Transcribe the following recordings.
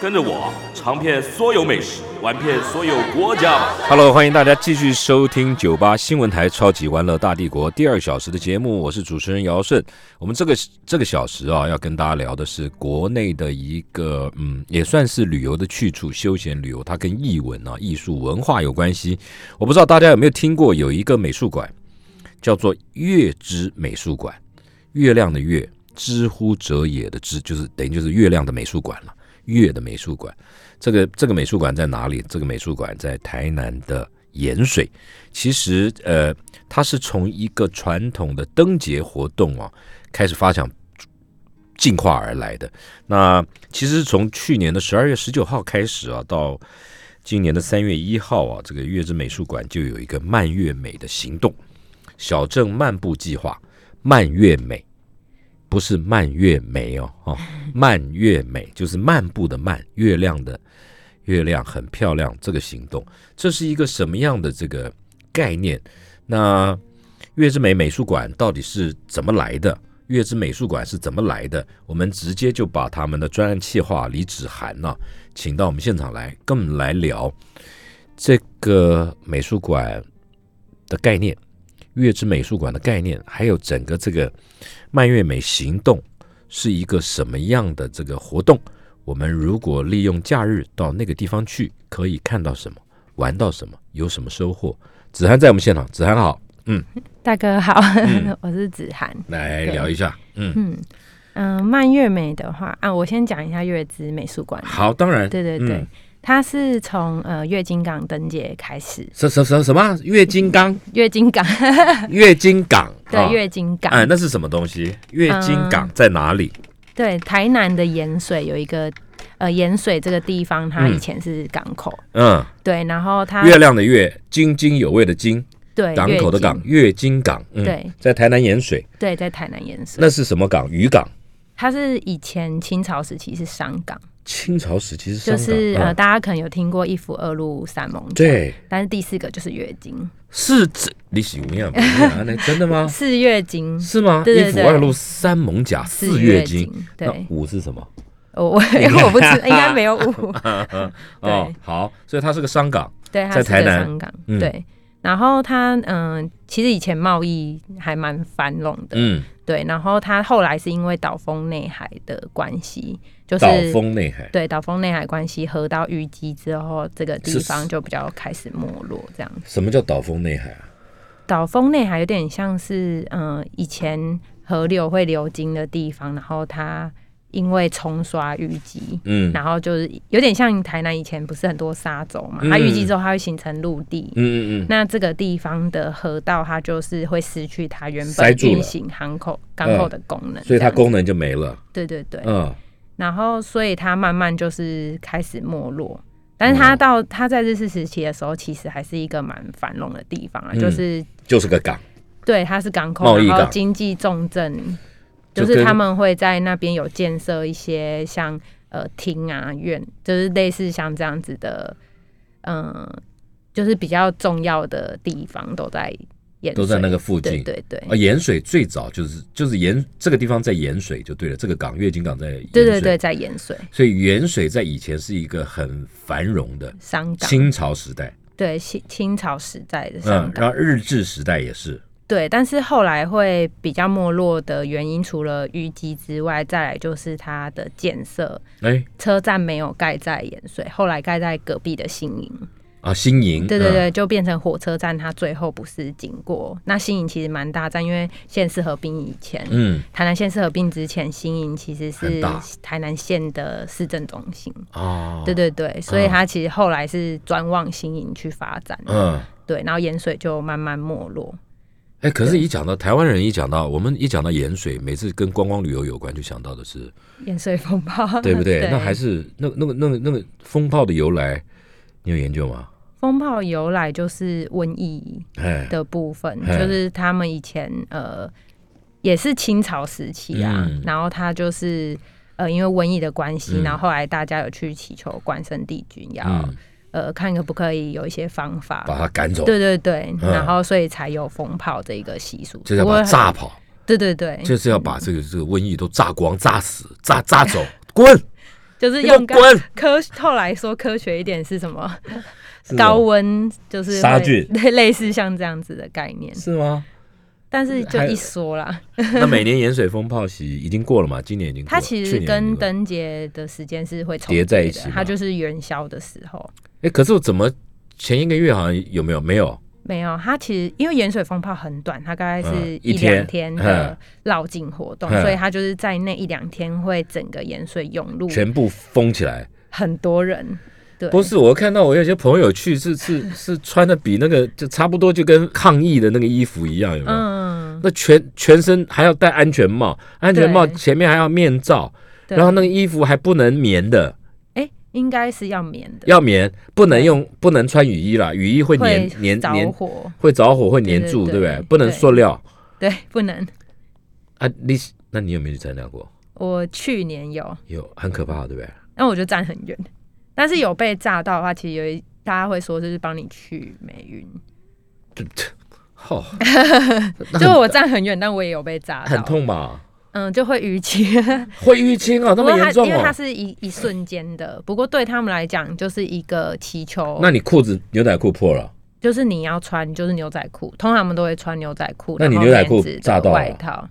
跟着我尝遍所有美食，玩遍所有国家吧。 Hello，欢迎大家继续收听九八新闻台《超级玩乐大帝国》第二小时的节目，我是主持人姚顺。我们这个这个小时啊，要跟大家聊的是国内的一个嗯，也算是旅游的去处，休闲旅游，它跟艺文啊、艺术文化有关系。我不知道大家有没有听过，有一个美术馆叫做月之美术馆，月亮的月，知乎者也的知，就是等于就是月亮的美术馆了，月的美术馆。这个这个美术馆在哪里？这个美术馆在台南的盐水。其实，呃，它是从一个传统的灯节活动啊开始发展进化而来的。那其实是从去年的十二月十九号开始啊，到今年的三月一号啊，这个月之美术馆就有一个漫月美的行动，小镇漫步计划，漫月美。不是漫月美哦，哦，漫月美就是漫步的漫，月亮的月亮很漂亮。这个行动，这是一个什么样的这个概念？那月之美美术馆到底是怎么来的？月之美术馆是怎么来的？我们直接就把他们的专案企划李芷涵呢、啊请到我们现场来，跟我们来聊这个美术馆的概念，月之美术馆的概念，还有整个这个漫月美行动是一个什么样的这个活动？我们如果利用假日到那个地方去，可以看到什么，玩到什么，有什么收获？子涵在我们现场，子涵好，大哥好，嗯 我是子涵。来对聊一下。嗯，嗯嗯、漫月美的话啊，我先讲一下月之美术馆。好，当然，对对对，嗯它是从呃月金港灯节开始，什什什什么月经 港，月金港 月经港，嗯对啊月金港，哎，那是什么东西？月经港在哪里？对台南的盐水有一个呃盐水这个地方，它嗯以前是港口，嗯，对，然后它月亮的月，津津有味的津，对港口的月经港，月经港。嗯，对在台南盐水，对，在台南盐水，那是什么港？渔港。它是以前清朝时期是商港，清朝时期是商就港是嗯呃大家可能有听过一府二路三艋，，对，但是第四个就是月经，是这你喜欢呀？不是啊那真的 吗？四月经。是吗？对对一府对二路三艋甲四月经，那对，五是什么？我 我我不知，应该没 有五。哦，好，所以它是个商港。对，它在是台南香港。嗯对，然后它嗯、其实以前贸易还蛮繁荣的。嗯，对，然后它后来是因为岛风内海的关系，就是岛风内海。对岛风内海关系合到淤积之后，这个地是方就比较开始没落这样子。什么叫岛风内海啊？岛风内海有点像是嗯、呃以前河流会流经的地方，然后它因为冲刷淤积，嗯然后就是有点像台南以前不是很多沙洲嘛，嗯它淤积之后它会形成陆地，嗯嗯嗯，那这个地方的河道它就是会失去它原塞本住了嗯运行港口港口的功能，所以它这样功能就没了。对对对，嗯，然后所以它慢慢就是开始没落。但嗯是它到它在日治时期的时候，其实还是一个蛮繁荣的地方啊，嗯就是就是个港。对，它是港口，贸易然后港经济重镇，就就跟是他们会在那边有建设一些像呃厅啊、院，就是类似像这样子的，嗯、就是比较重要的地方都在盐都在水那个附近对对啊，对，盐水最早就是就是盐这个地方在盐水就对了，这个港月经港在盐水。对对对，。在盐水所以盐水在以前是一个很繁荣的商港，清朝时代，对清清朝时代的嗯商，港，然后日治时代也是，对，但是后来会比较没落的原因，除了淤积之外，再来就是它的建设，哎车站没有盖在盐水，后来盖在隔壁的新营。啊，新营，对对嗯，对，就变成火车站，它最后不是经过。那新营其实蛮大站，因为县市合并以前，嗯台南县市合并之前，新营其实很是大台南县的市政中心。哦，对对对，所以它其实后来是专望新营去发展，嗯，对，然后盐水就慢慢没落。哎，可是，一讲到台湾人，一讲到我们一讲到盐水，每次跟观光旅游有关，就想到的是，盐水风暴， 对不对？那还是那那个那个那个风炮的由来，你有研究吗？风炮由来就是瘟疫哎，的部分，嘿就是他们以前呃也是清朝时期啊，嗯然后他就是呃因为瘟疫的关系，嗯然后后来大家有去祈求关圣帝君要、嗯，呃看可不可以有一些方法。把他赶走，对对对，嗯然后所以才有风炮这一个习俗，就是要不把过他炸跑，对对对，就是要把这个这个瘟疫都炸光、炸死、炸炸走，滚， 就是给我用刚滚！科后来说科学一点是什么？ 是高温就是会杀菌，对， 类似像这样子的概念。是吗？但是就还有一说啦，那每年盐水风炮席已经过了嘛？今年已经过它了其去实年已经跟过了灯节的时间是会重叠在一的起嘛它就是元宵的时候。哎，可是我怎么前一个月好像有没有没有？没有，它其实因为盐水风炮很短，它大概是嗯一天两天的绕境活动，嗯所以它就是在那一两天会整个盐水涌入全部封起来？很多人。对，不是，我看到我有些朋友去是 是是穿的比那个就差不多就跟抗议的那个衣服一样，有没有？嗯，那全全身还要戴安全帽，安全帽对前面还要面罩，对然后那个衣服还不能棉的，哎，应该是要免的，要棉，不能用不能穿雨衣啦，雨衣会粘会粘着粘火，会着火会粘住，对对不对对对？不能对塑料对，不能。啊！你那你有没有去参加过？我去年有，有，很可怕，对不对？ 那我就站很远。但是有被炸到的话，其实有一大家会说就是帮你去美云，好， 就是我站很远，但我也有被炸到，哦很，痛吧？嗯，就会淤青。会淤青 哦，那不么过它严重因为它哦。是一一瞬间的，不过对他们来讲就是一个祈求，那你裤子牛仔裤破了，就是你要穿就是牛仔裤，通常我们都会穿牛仔裤，那你然后牛仔裤棉质的炸到了啊外套。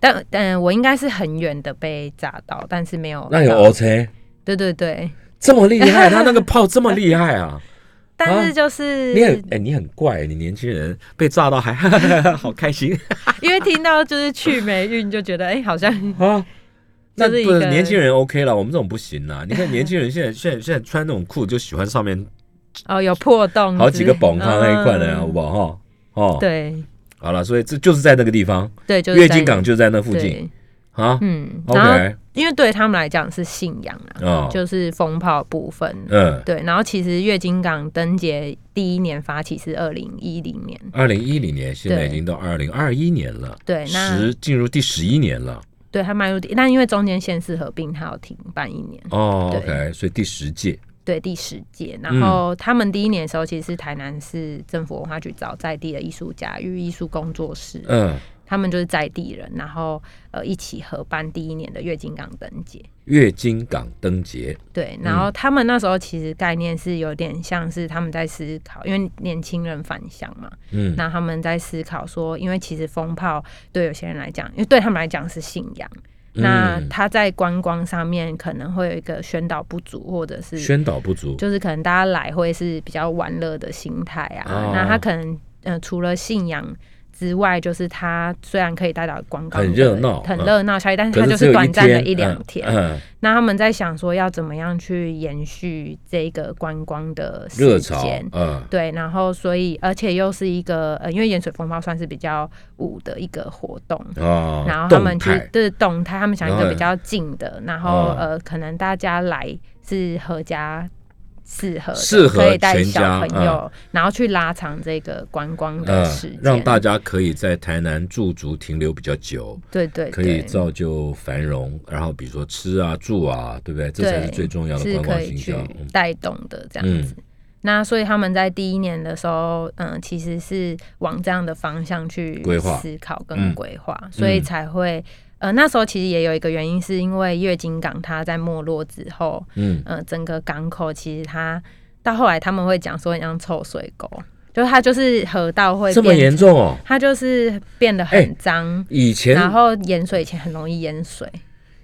但但我应该是很远的被炸到，但是没有那有哦到 O C，对对对，这么厉害，他那个炮这么厉害 啊！但是就是、你很哎、你很怪，你年轻人被炸到还 好开心 因为听到就是去霉运，就觉得哎、好像啊！ 那就是一不是个年轻人 OK 了，我们这种不行啊 啦。你看年轻人现在现在现在穿那种裤，就喜欢上面哦有破洞之类，好几个绑它那一块的，嗯好不好？哈哦，，对好了，所以这就是在那个地方，对，就是月在经港就在那附近对，啊。嗯，然后 OK，因为对他们来讲是信仰啊，哦就是风炮部分。嗯，对，然后其实月经港灯节第一年发起是二零一零年，二零一零年，现在对已经到二零二一年了，对那十进入第十一年了。对，它迈入第，但因为中间县市合并，它有停办一年，哦对，OK，所以第十届，对，第十届。嗯然后他们第一年的时候，其实是台南市政府文化局找在地的艺术家与艺术工作室，嗯，他们就是在地人，然后呃一起合办第一年的月经港灯节。月经港灯节，对，然后他们那时候其实概念是有点像是他们在思考，因为年轻人返乡嘛，嗯，那他们在思考说，因为其实风炮对有些人来讲，因为对他们来讲是信仰，那嗯他在观光上面可能会有一个宣导不足，或者是宣导不足，就是可能大家来会是比较玩乐的心态啊，哦那他可能呃除了信仰。之外，就是他虽然可以带到观光的，很热闹嗯很热闹效益，但是可他就只是是有短暂的一一两嗯天。嗯，那他们在想说要怎么样去延续这个观光的时热潮间，，嗯，对，然后所以而且又是一个呃，因为盐水风炮算是比较舞的一个活动。啊，然后他动们去态嗯对动态，他们想一然后个比较近的，然后哦呃，可能大家来是合家适合的适合可以带全小家嗯朋友，然后去拉长这个观光的时间，让大家可以在台南驻足停留比较久，对对可以对，造就繁荣。然后比如说吃啊、住啊，对不对？这才是对最重要的是观可光以形去象。嗯带动的这样子。那所以他们在第一年的时候，嗯，其实是往这样的方向去规划思考嗯跟规划，所以才会。呃，那时候其实也有一个原因，是因为月经港它在没落之后，嗯，呃，整个港口其实它到后来他们会讲说很像臭水沟，就是它就是河道会这么变严，重哦？它就是变得哎很脏，以前然后盐水前很容易淹水，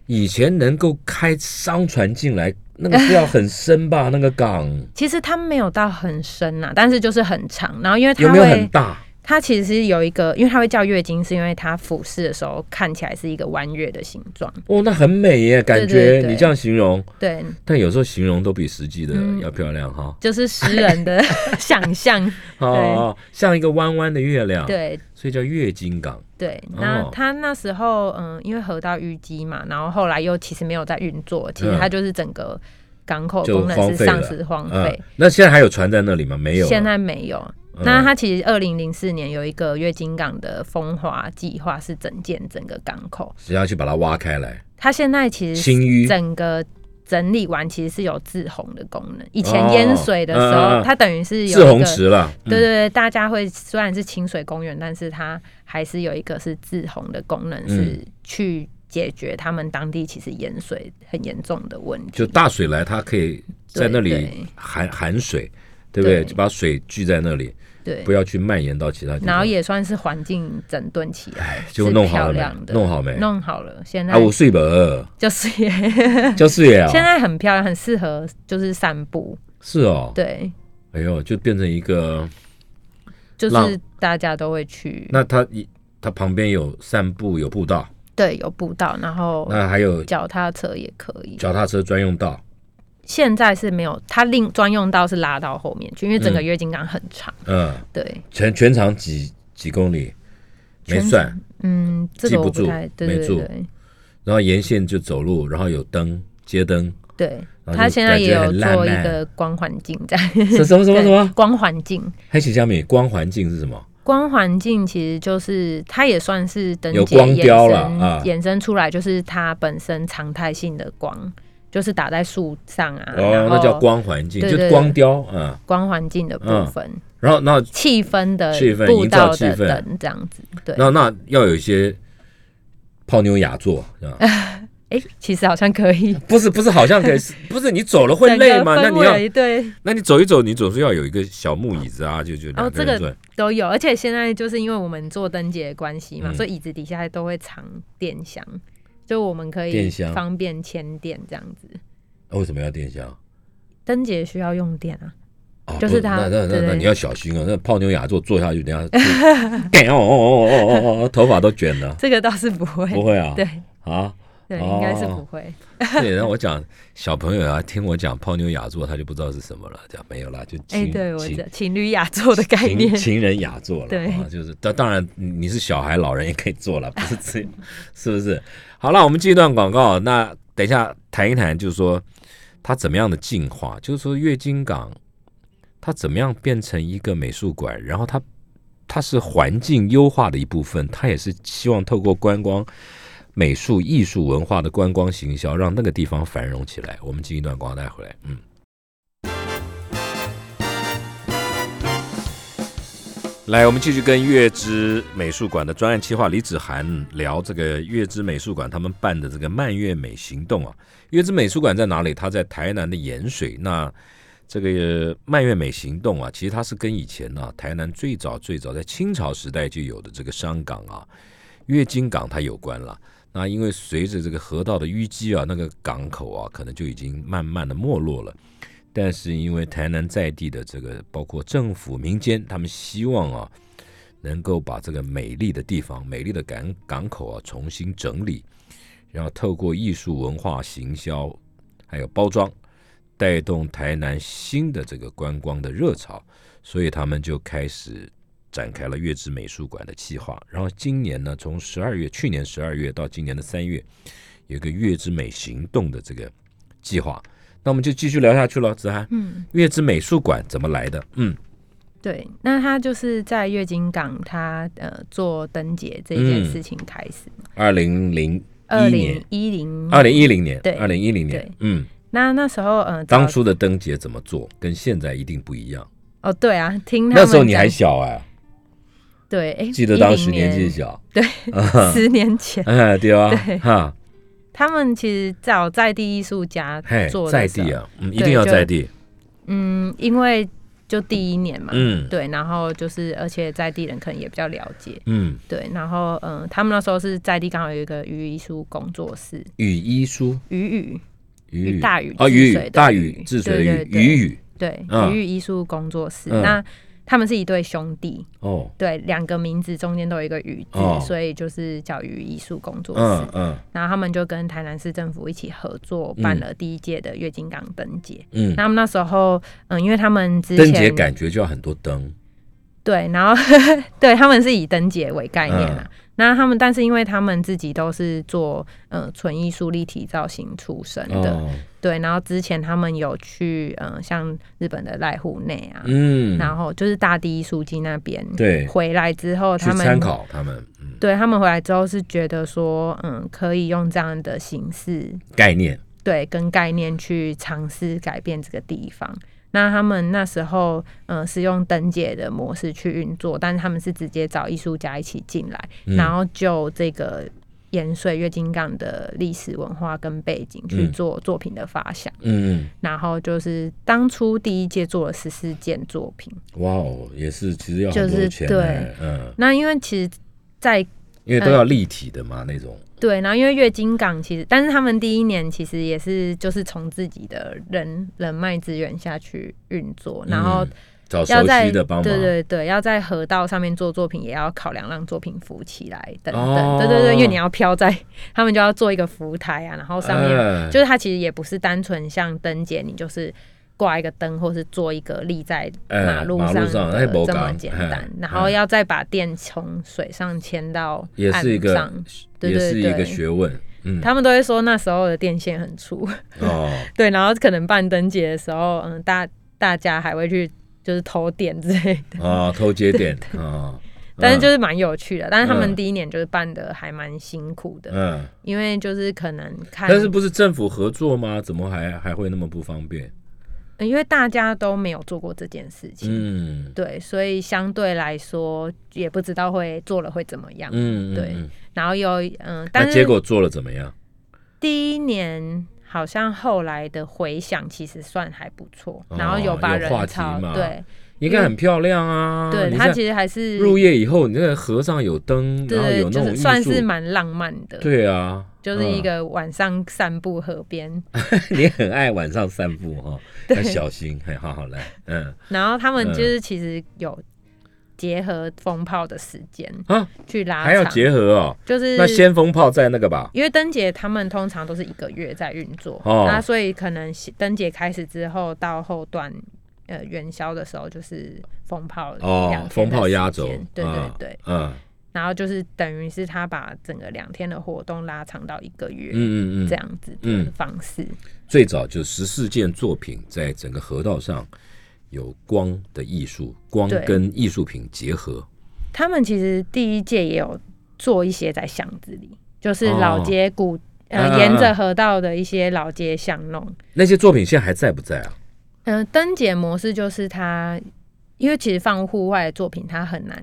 以前能够开商船进来，那个是要很深吧？那个港其实它没有到很深呐、但是就是很长。然后因为它有没有很会，大？它其实是有一个，因为它会叫月经，是因为它俯视的时候看起来是一个弯月的形状。哦，那很美耶，感对对觉对你这样形容，对，但有时候形容都比实际的嗯要漂亮哈。就是诗人的 想 象。哦，像一个弯弯的月亮，，对所以叫月经港。对，那哦它那时候嗯，因为河道淤积嘛，然后后来又其实没有在运作，其实嗯它就是整个。港口就功能荒哦是废了丧失荒嗯废，，那现在还有船在那里吗？没有啊，现在没有。嗯那它其实二零零四年有一个月经港的风华计划，是整建整个港口。只要去把它挖开来，它现在其实新淤整个整理完，其实是有自洪的功能。以哦前淹水的时嗯嗯候，嗯它等于是有自一洪个池了，嗯对对对，大家会虽然是清水公园，但是它还是有一个是自洪的功能，嗯是去解决他们当地其实淹水很严重的问题。就大水来，它可以在那对里对含含水，对不对？对就把水聚在那里，对不，要去蔓延到其他地然后方。也算是环境整顿起来，结果是弄好漂了没亮的弄好没弄好了，现在哎啊，我睡吧，就是 也 就是也啊，现在很漂亮，很适合就是散步，是哦，对，哎呦，就变成一个，就是让大家都会去，那它一它旁边有散步有步道，对，有步道，然后那还有脚踏车也可以，脚踏车专用道，现在是没有，它另专用道是拉到后面去，因为整个月经港很长，嗯，对，全全长几几公里，没全算，嗯，这记个不我住太对没对住对然后沿线就走路，然后有灯街灯，对，然后就它现在感觉也有很浪做一漫个光环境在， 什什么什么对什么光环境？黑起下面光环境是什么？光环境其实就是它也算是灯有节光衍雕生啦啊衍生出来，就是它本身常态性的光，就是打在树上啊，哦然，后那叫光环境，对就对光雕，嗯，光环境的部嗯分，然后那气氛的气氛步营造道气的氛灯这样子，对，那那要有一些泡妞雅座，是吧 哎，其实好像可以。不是不是，好像可以，是不是你走了会累吗？那整你个氛围要，对那你走一走，你总是要有一个小木椅子啊，就就两哦个这人个坐。都有，而且现在就是因为我们做灯节的关系嘛，嗯所以椅子底下都会藏电箱，就我们可电以箱方便牵电这样子。那为什么要电箱？灯节需要用电啊，哦，就不是它那那对那对那你要小心哦，那泡妞雅座坐下去，等一下干哦哦哦哦哦哦，头发都卷了，这个倒是不会，不会啊？ 对啊，对，哦应该是不会。对，让我讲小朋友啊，听我讲泡妞雅座，他就不知道是什么了，讲没有啦，就哎、情对我情的情侣雅座的概念情，情人雅座了，对啊，就是当当然你你是小孩，老人也可以做了，不 是这样，是不是？好了，我们接一段广告，那等一下谈一谈，就是说它怎么样的进化，就是说月经港它怎么样变成一个美术馆，然后它它是环境优化的一部分，它也是希望透过观光。美术、艺术、文化的观光行销，让那个地方繁荣起来。我们进一段广告带回来，嗯。来，我们继续跟月之美术馆的专案企划李子涵聊这个月之美术馆他们办的这个漫月美行动啊。月之美术馆在哪里？它在台南的盐水。那这个漫月美行动啊，其实它是跟以前呢、台南最早最早在清朝时代就有的这个商港啊，月经港它有关了。那因为随着这个河道的淤积啊，那个港口啊，可能就已经慢慢的没落了。但是因为台南在地的这个，包括政府、民间，他们希望啊，能够把这个美丽的地方、美丽的港港口啊重新整理，然后透过艺术文化行销，还有包装，带动台南新的这个观光的热潮，所以他们就开始展开了月之美术馆的计划。然后今年呢，从十二月，去年十二月到今年的三月，有一个月之美行动的这个计划。那我们就继续聊下去了，子涵。嗯，月之美术馆怎么来的？嗯，对。那它就是在月经港，它呃做灯节这嗯件事情开始，二零零二一零年，一零二零一啊零年，对二零一零年对，嗯，那那时候呃早当初的灯节怎么做，跟现在一定不一样。哦对啊，听他那们时候你还讲小哎、对，哎、记得当时10年纪小， 十年前，哎，对啊，哈，他们其实找在地艺术家嘿，做在的时候地，啊，嗯，一对定要就在地，嗯，因为就第一年嘛，嗯对，然后就是而且在地人可能也比较了解，嗯，对，然后嗯、呃他们那时候是在地刚好有一个鱼艺术工作室，雨衣书，鱼语，雨雨大禹啊，治雨水雨的大雨禹治水的对对雨对雨雨对，嗯鱼语艺术工作室，嗯那他们是一对兄弟，哦，对，两个名字中间都有一个鱼字，哦所以就是叫鱼艺术工作室。嗯嗯然后他们就跟台南市政府一起合作，办了第一届的月经港灯节。嗯，那他们那时候，嗯，因为他们之灯节前感觉就要很多灯，对，然后 对他们是以灯节为概念啊。那他们，但是因为他们自己都是做呃纯艺术立体造型出身的，哦，对。然后之前他们有去呃像日本的濑户内啊，嗯，然后就是大地艺术季那边，对回来之后去他们参考他们嗯对他们回来之后是觉得说，嗯，可以用这样的形式，概念，对，跟概念去尝试改变这个地方。那他们那时候，嗯、是用灯节的模式去运作，但是他们是直接找艺术家一起进来，嗯然后就这个盐水月经港的历史文化跟背景去嗯做作品的发想。嗯，然后就是当初第一届做了十四件作品，哇哦，也是其实要就很多是钱对嗯欸，嗯，那因为其实，在因为都要立体的嘛那种，对，然后因为月经港其实，但是他们第一年其实也是就是从自己的人人脉资源下去运作，然后嗯找熟要在、悉的帮忙，对对对，要在河道上面做作品，也要考量让作品浮起来等等，哦对对对，因为你要飘在他们就要做一个浮台啊，然后上面、哎就是它其实也不是单纯像灯节，你就是。挂一个灯，或是做一个立在哎马路马路上上哎的没这么讲简哎单，然哎后要再把电从水上牵到也岸是一个嗯上，对也对是一个对学问，嗯，他们都会说那时候的电线很粗， 哦，对，然后可能办灯节的时候，嗯，大大家还会去就是偷电之类的，啊，偷接点啊，但是就嗯是蛮有趣的。但是他嗯们第一年就是办的还蛮辛苦的，嗯，因为就是可能看，但是不是政府合作吗？怎么还还会那么不方便？呃因为大家都没有做过这件事情，嗯对，所以相对来说也不知道会做了会怎么样。嗯，嗯对嗯然后又嗯，那但结是果做了怎么样？第一年。好像后来的回响其实算还不错，然后哦有把有人话题潮嘛对应该很漂亮啊！嗯对，你它看其实还是入夜以后，你那个河上有灯，然后对有，那就种是艺算是术，蛮浪漫的，，对啊，就是嗯一个晚上散步河边， 你很爱晚上散步哈，对要小心，嘿，好好来，嗯然后他们嗯就是其实有结合风炮的时间啊，去拉长，还要结合哦。就是那先锋炮在那个吧，因为灯节他们通常都是一个月在运作，哦那所以可能灯节开始之后到后段。呃，元宵的时候就是风炮两天哦的，风炮压时轴间，对对嗯对，，嗯然后就是等于是他把整个两天的活动拉长到一个月，嗯嗯嗯，这样子的嗯方式，最早就十四件作品在整个河道上有光的艺术，光对跟艺术品结合。他们其实第一届也有做一些在巷子里，就是老街古、哦嗯嗯嗯呃沿着河道的一些老街巷弄。那些作品现在还在不在啊？嗯、灯节模式就是它，因为其实放户外的作品它很难，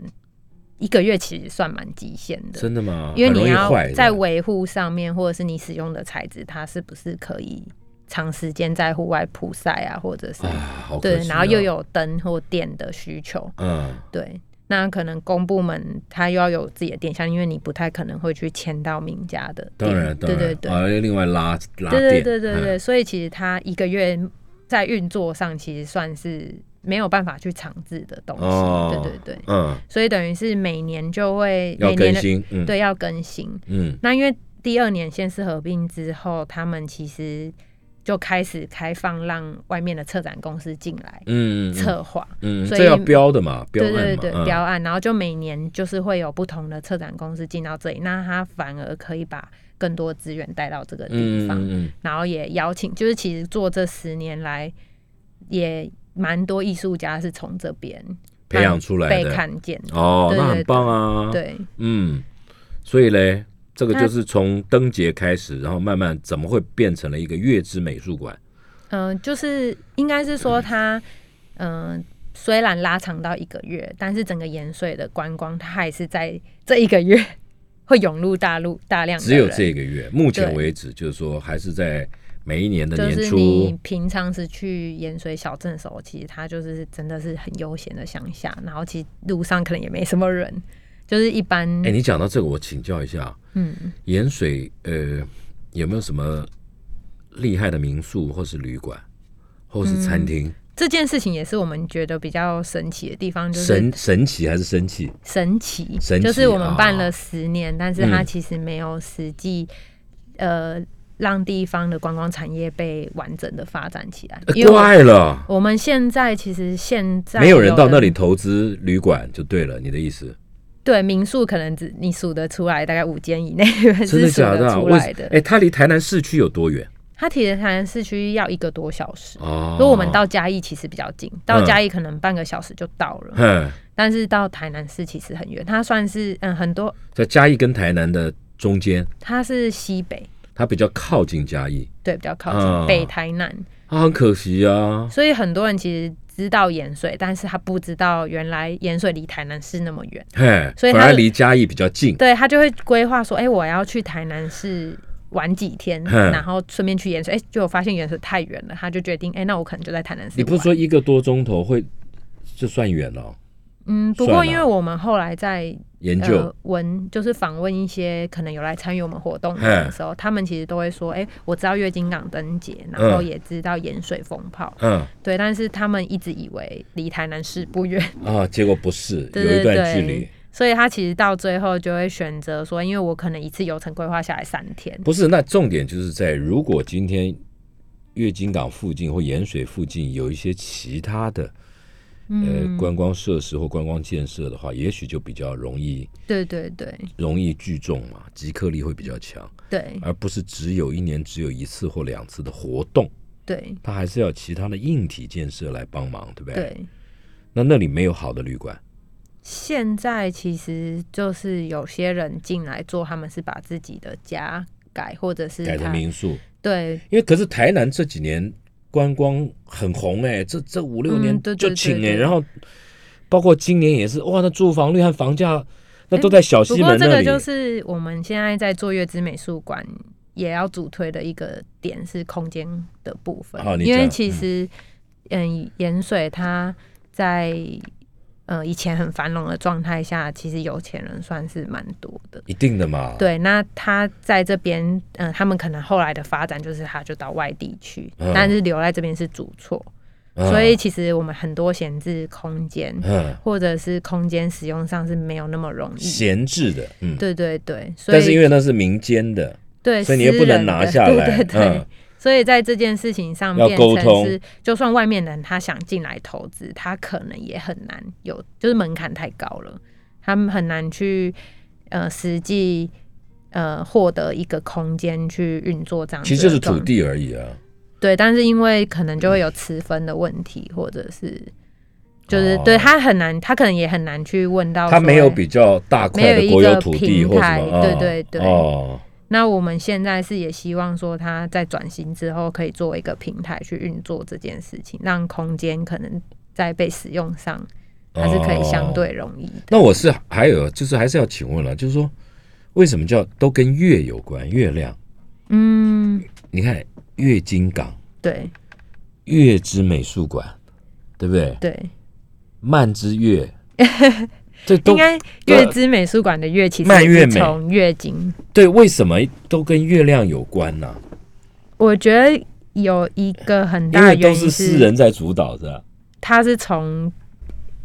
一个月其实算蛮极限的。真的吗？因为很你容易要坏在是吧维护上面，或者是你使用的材质，它是不是可以长时间在户外曝晒啊，或者是、啊，好可对惜，然后又哦有灯或电的需求，嗯对，那可能公部门它又要有自己的电箱，因为你不太可能会去签到名家的当电然，当对然，对对，啊，另外拉拉对电，对对对嗯对，所以其实它一个月在运作上其实算是没有办法去长治的东西，哦，对对对，嗯，所以等于是每年就会要每年更的新，嗯，，对要更新。嗯，那因为第二年县市合并之后，他们其实就开始开放让外面的策展公司进来嗯，嗯，策划，嗯，嗯所这要以标的嘛，标对案嘛，对对，嗯对标案，然后就每年就是会有不同的策展公司进到这里，那他反而可以把更多资源带到这个地嗯方，嗯嗯，然后也邀请，就是其实做这十年来也蛮多艺术家是从这边培养出来被的，看见的，哦，对那对很棒啊，，对嗯，所以嘞，这个那就是从灯节开始，然后慢慢怎么会变成了一个月之美术馆？嗯、就是应该是说他，嗯、虽然拉长到一个月，但是整个盐水的观光，它还是在这一个月会涌入大陆大量的只有人这个月，目前对为止，就是说还是在每一年的就年是初你，平常是去盐水小镇的时候，其实它就是真的是很悠闲的乡下，然后其实路上可能也没什么人，就是一般，哎，你讲到这个，我请教一下，嗯，盐水呃有没有什么厉害的民宿或是旅馆，或是餐厅？这件事情也是我们觉得比较神奇的地方，就是神神奇还是生气？神奇，神奇就是我们办啊了十年，但是它嗯其实没有实际，呃，让地方的观光产业被完整的发展起来。因为我怪了，我们现在其实现在呃没有人到那里投资旅馆就对了，你的意思？对民宿可能只你数得出来，大概五间以内 真是的数假得的啊？出为什来的。哎，它离台南市区有多远？它其实台南市区要一个多小时，哦，所以我们到嘉义其实比较近，到嗯嘉义可能半个小时就到了，嗯，但是到台南市其实很远。它算是嗯很多，在嘉义跟台南的中间，它是西北，它比较靠近嘉义对，比较靠近、嗯北台南，啊，很可惜啊。所以很多人其实知道盐水，但是他不知道原来盐水离台南市那么远，嘿，所以它反而离嘉义比较近，对他就会规划说，哎、我要去台南市。玩几天，嗯然后顺便去盐水，哎、就我发现盐水太远了，他就决定，哎、那我可能就在台南市。你不是说一个多钟头会，这算远了哦？嗯，不算过了因为我们后来在研究、呃、文就是访问一些可能有来参与我们活动的人的时候，他们其实都会说：“哎、我知道月经港灯节，然后嗯也知道盐水风炮，嗯对。”但是他们一直以为离台南市不远， 啊，结果不是，对有一对段距对，离。所以他其实到最后就会选择说：“因为我可能一次游程规划下来三天，不是，那重点就是在如果今天月经港附近或盐水附近有一些其他的嗯呃观光设施或观光建设的话，也许就比较容易对对对容易聚众嘛，集客力会比较强，对而不是只有一年只有一次或两次的活动，对它还是要有其他的硬体建设来帮忙，对不对？。对。”那那里没有好的旅馆，现在其实就是有些人进来做，他们是把自己的家改，或者是改成他民宿，对因为可是台南这几年观光很红哎、这这五六年嗯对就对请哎、对对然后包括今年也是哇，那住房率和房价那都在小不西过门这那个里，就是我们现在在做月之美术馆也要主推的一个点是空间的部分哦好，你因为讲其实嗯，盐水它在呃以前很繁荣的状态下，其实有钱人算是蛮多的。一定的嘛，，对，那他在这边，嗯、他们可能后来的发展就是他就到外地去，嗯但是留在这边是主错，嗯所以其实我们很多闲置空间，嗯，或者是空间使用上是没有那么容易闲置的，嗯，对对对，所以但是因为那是民间的，对，所以你又不能拿下来 私人的对对对。嗯所以在这件事情上要变沟成通是，就算外面人他想进来投资，他可能也很难有，就是门槛太高了，他们很难去呃实际呃获得一个空间去运作这样。其实就是土，地而已啊，对，但是因为可能就会有持分的问题，或者是就是、哦对他很难，他可能也很难去问到它说没有哎比较大块没有的一国有个土地或平什台么，啊对对对哦，那我们现在是也希望说，它在转型之后，可以作为一个平台去运作这件事情，让空间可能在被使用上，它是可以相对容易的。哦那我是还有就是还是要请问了，就是说为什么叫都跟月有关？月亮，嗯，你看月经港。对月之美术馆，对不对？对，慢之 月，这都应该月之美术馆的月其实慢月是美从月经，对，为什么都跟月亮有关呢、我觉得有一个很因大的为都原因是私人在主导的，啊它是从。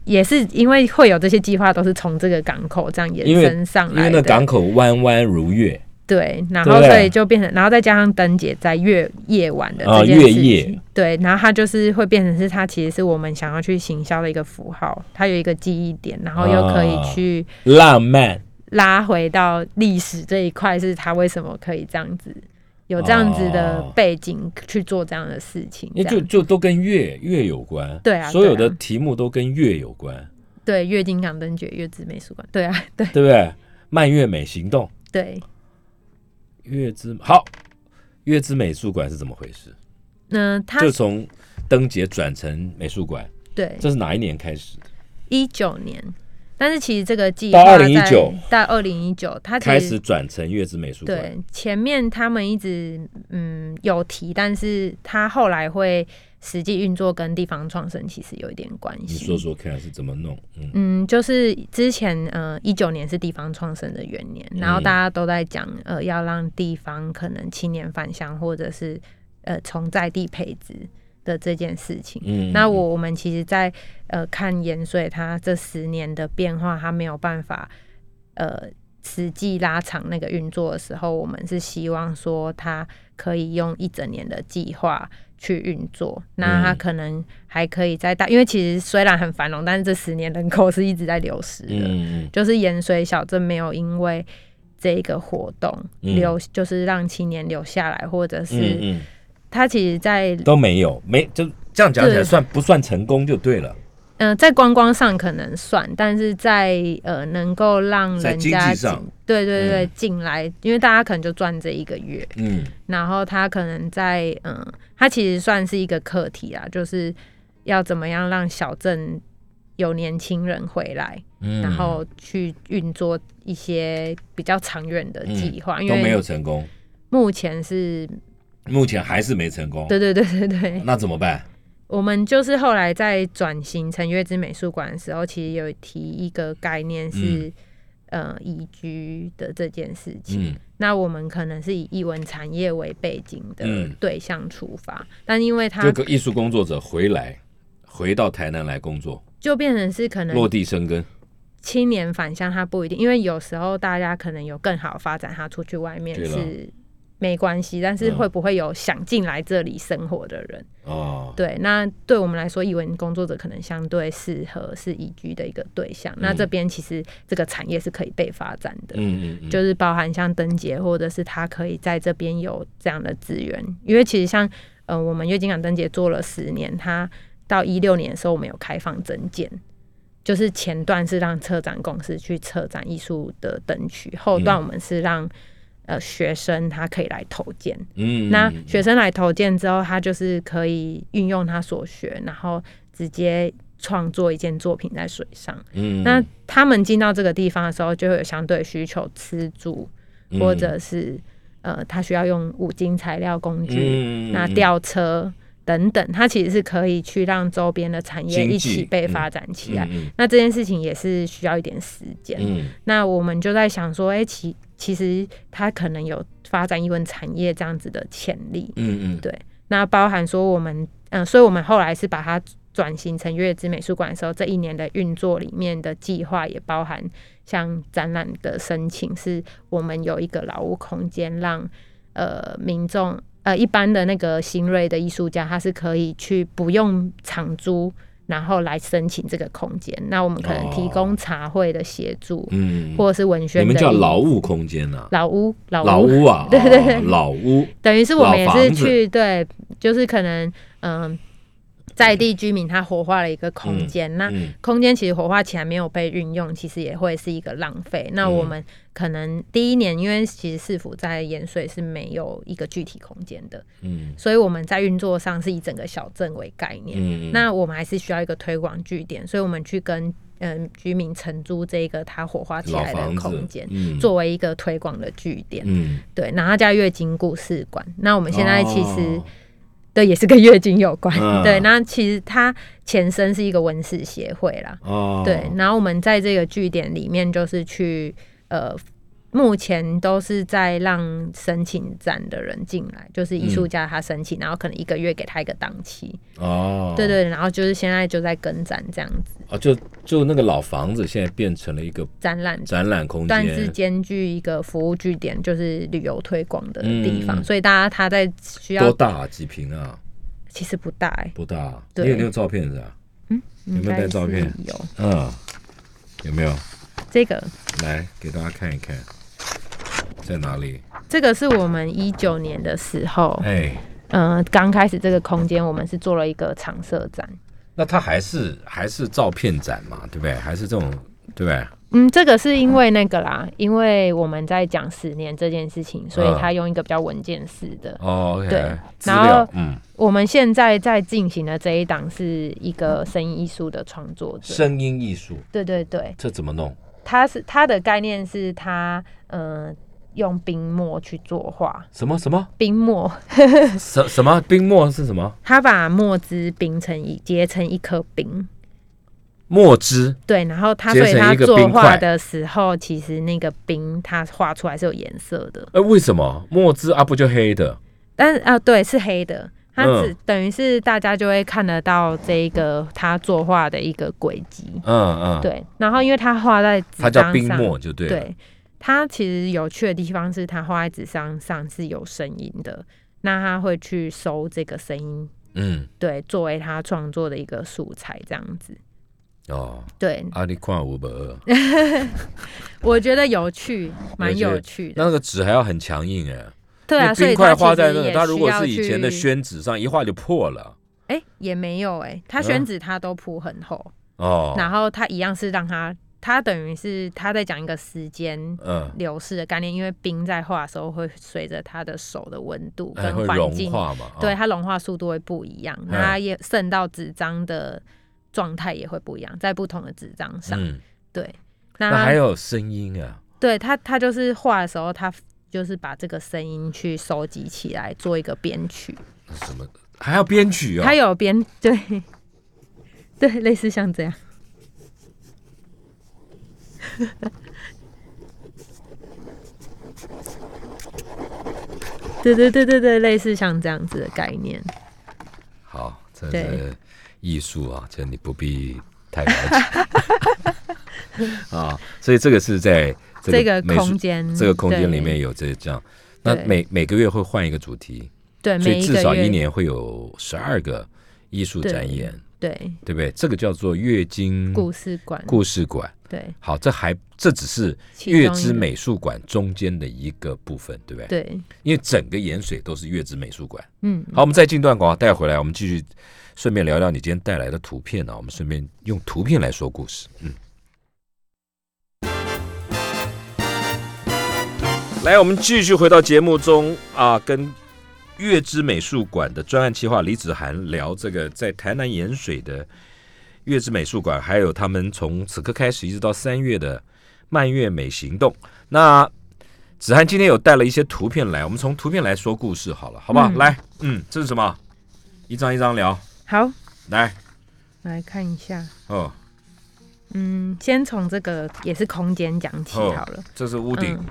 也是因为会有这些计划，都是从这个港口这样因延为伸上因来为的。那港口弯弯如月，对，然对后不对所以就变成，然后再加上灯节在月夜晚的啊这件事月夜情，对，然后它就是会变成是它其实是我们想要去行销的一个符号，它有一个记忆点，然后又可以啊去浪漫拉回到历史这一块，是它为什么可以这样子有这样子的哦背景去做这样的事情，这因为就样就都跟月月有关，对啊所有的对啊题目都跟月有关，对月经港灯节月之美术馆，对啊，对对不对？慢月美行动，对，月之好，月之美术馆是怎么回事？那它就从灯节转成美术馆，对这是哪一年开始的？一九年。但是其实这个计到划在2019到二零一九，它其开实始转成月之美术馆，对，前面他们一直嗯有提，但是他后来会实际运作跟地方创生其实有一点关你系。说说看是怎么弄？嗯，嗯，就是之前呃一九年是地方创生的元嗯年，然后大家都在讲呃要让地方可能青年返乡或者是呃从在地培植的这件事情。嗯那我我们其实在，呃看盐水它这十年的变化，它没有办法呃实际拉长那个运作的时候，我们是希望说它可以用一整年的计划去运作。那嗯它可能还可以再大，因为其实虽然很繁荣，但是这十年人口是一直在流失的。嗯，就是盐水小镇没有因为这个活动嗯留，就是让青年留下来，或者嗯是嗯，它其实在，都没有，没就这样讲起来对算不算成功就对了。嗯在观光上可能算，但是在呃能够让在人经家济上进对对对进来，因为大家可能就赚这一个月，嗯，然后他可能在嗯，他其实算是一个课题啊，就是要怎么样让小镇有年轻人回来，嗯嗯然后去运作一些比较长远的计划，因嗯都为没有成功，目前是，目前还是没成功。对对对对对，那怎么办？我们就是后来在转型成月之美术馆的时候，其实有提一个概念是，呃，宜居的这件事情。嗯那我们可能是以艺文产业为背景的嗯对象出发，但因为它这个艺术工作者回来，回到台南来工作，就变成是可能落地生根，青年返乡，他不一定，因为有时候大家可能有更好的发展，他出去外面对了嗯是没关系，但是会不会有想进来这里生活的人？哦，对，那对我们来说，译文工作者可能相对适合是宜居的一个对象。嗯那这边其实这个产业是可以被发展的，嗯嗯嗯，就是包含像灯节，或者是他可以在这边有这样的资源。因为其实像呃，我们月经港灯节做了十年，它到一六年的时候，我们有开放增建。就是前段是让策展公司去策展艺术的灯区，后嗯段我们是让、呃学生他可以来投建，嗯那学生来投件之后，他就是可以运用他所学，然后直接创作一件作品在水上。嗯那他们进到这个地方的时候，就会有相对需求，吃住嗯或者是呃，他需要用五金材料工具，嗯那吊车等等，它其实是可以去让周边的产业经济一起被发展起来。嗯那这件事情也是需要一点时间。嗯那我们就在想说，哎、其其实它可能有发展英文产业这样子的潜力。嗯嗯对，那包含说我们，嗯、所以我们后来是把它转型成月之美术馆的时候，这一年的运作里面的计划也包含像展览的申请，是我们有一个劳务空间，让呃民众呃一般的那个新锐的艺术家，他是可以去不用场租。然后来申请这个空间，那我们可能提供茶会的协助，哦嗯，或者是文宣你的们叫意劳务空间啊呐，老屋老屋老屋啊， 对对对哦老屋，等于是我们也老是房子去对，就是可能嗯、在地居民他活化了一个空间，那嗯空间其实活化起来没有被运用，其实也会是一个浪费。嗯那我们可能第一年，因为其实市府在盐水是没有一个具体空间的，嗯所以我们在运作上是以整个小镇为概念。嗯，那我们还是需要一个推广据点，所以我们去跟嗯、居民承租这个它活化起老来的房子空间，，嗯作为一个推广的据点。嗯，对，然后它叫月经故事馆。那我们现在其实、哦 对也是跟月经有关，嗯对。那其实它前身是一个文史协会啦，哦，对。然后我们在这个据点里面，就是去呃，目前都是在让申请展的人进来，就是艺术家他申请，然后可能一个月给他一个档期，哦，对对。然后就是现在就在跟展这样子，哦，就就那个老房子现在变成了一个展览展览空但是间，兼具一个服务据点，就是旅游推广的地方，嗯所以大家他在需多要大啊几平啊？其实不大、欸，不大啊，你对有那个照片是吧？有没有带照片？有嗯，有没有？这个，来给大家看一看，在哪里？这个是我们一九年的时候，哎，嗯、刚开始这个空间我们是做了一个常设展，那它还是还是照片展嘛，对不对？还是这种，对不对？嗯，这个是因为那个啦，因为我们在讲十年这件事情，所嗯以他用一个比较文件式的。哦，OK，对资然后料，嗯，我们现在在进行的这一档是一个声音艺术的创作者，声音艺术对对对，这怎么弄？它是它的概念是它嗯、呃用冰墨去作画，什么什么冰墨，呃什什么冰墨是什么？它把墨汁冰成一结成一颗冰，墨汁，对，然后它结所成以它一个作冰块画的时候，其实那个冰它画出来是有颜色的，哎，为什么墨汁啊？不就黑的？但是啊、对是黑的。它只、嗯等于是大家就会看得到这一个他作画的一个轨迹，嗯嗯，，对。然后因为他画在纸它张上，叫冰墨就对了。对，它其实有趣的地方是，它画在纸上上是有声音的，那他会去搜这个声音，嗯，对，作为他创作的一个素材这样子。哦，对，阿里矿五百二，我觉得有趣，蛮觉得有趣 的。那个纸还要很强硬哎、对因啊，为所以冰块它画其在实那个，也它如需果要是以前的去宣纸上，一画就破了哎、也没有哎、他宣纸他都铺很厚，嗯哦。然后他一样是让他，他等于是他在讲一个时间嗯，流逝的概念，因为冰在化的时候会随着他的手的温度哎会跟环融境，化嘛？哦嗯对，它融化速度会不一样，那它也渗到纸张的状态也会不一样，在不同的纸张上，嗯，对，那那它还有声音啊，对他，他就是画的时候，他就是把这个声音去收集起来，做一个编曲。什么还要编曲哦他？有编，对， 对，类似像这样。 对对对对对，类似像这样子的概念。好，这对是艺术啊，这你不必太了 解啊。所以这个是在这个个美术空间，这个空间里面对有这这样，那对每每个月会换一个主题，对所每以一至个少月一年会有十二个艺术对展演，对对不对？这个叫做月经故事馆，嗯故事馆。对好，这还这只是其中一月个之美术馆中间的一个部分，对不对？，对，因为整个盐水都是月之美术馆。嗯，好，我们再进段广告，待会回来我们继续顺便聊聊你今天带来的图片啊，我们顺便用图片来说故事。嗯，来，我们继续回到节目中啊，跟月之美术馆的专案企划李子涵聊这个在台南盐水的月之美术馆，还有他们从此刻开始一直到三月的漫月美行动。那子涵今天有带了一些图片来，我们从图片来说故事好了，好不好？嗯来，嗯，这是什么？一张一张聊，好，来，来看一下。哦，嗯，先从这个也是空间讲起哦好了。这是屋顶，嗯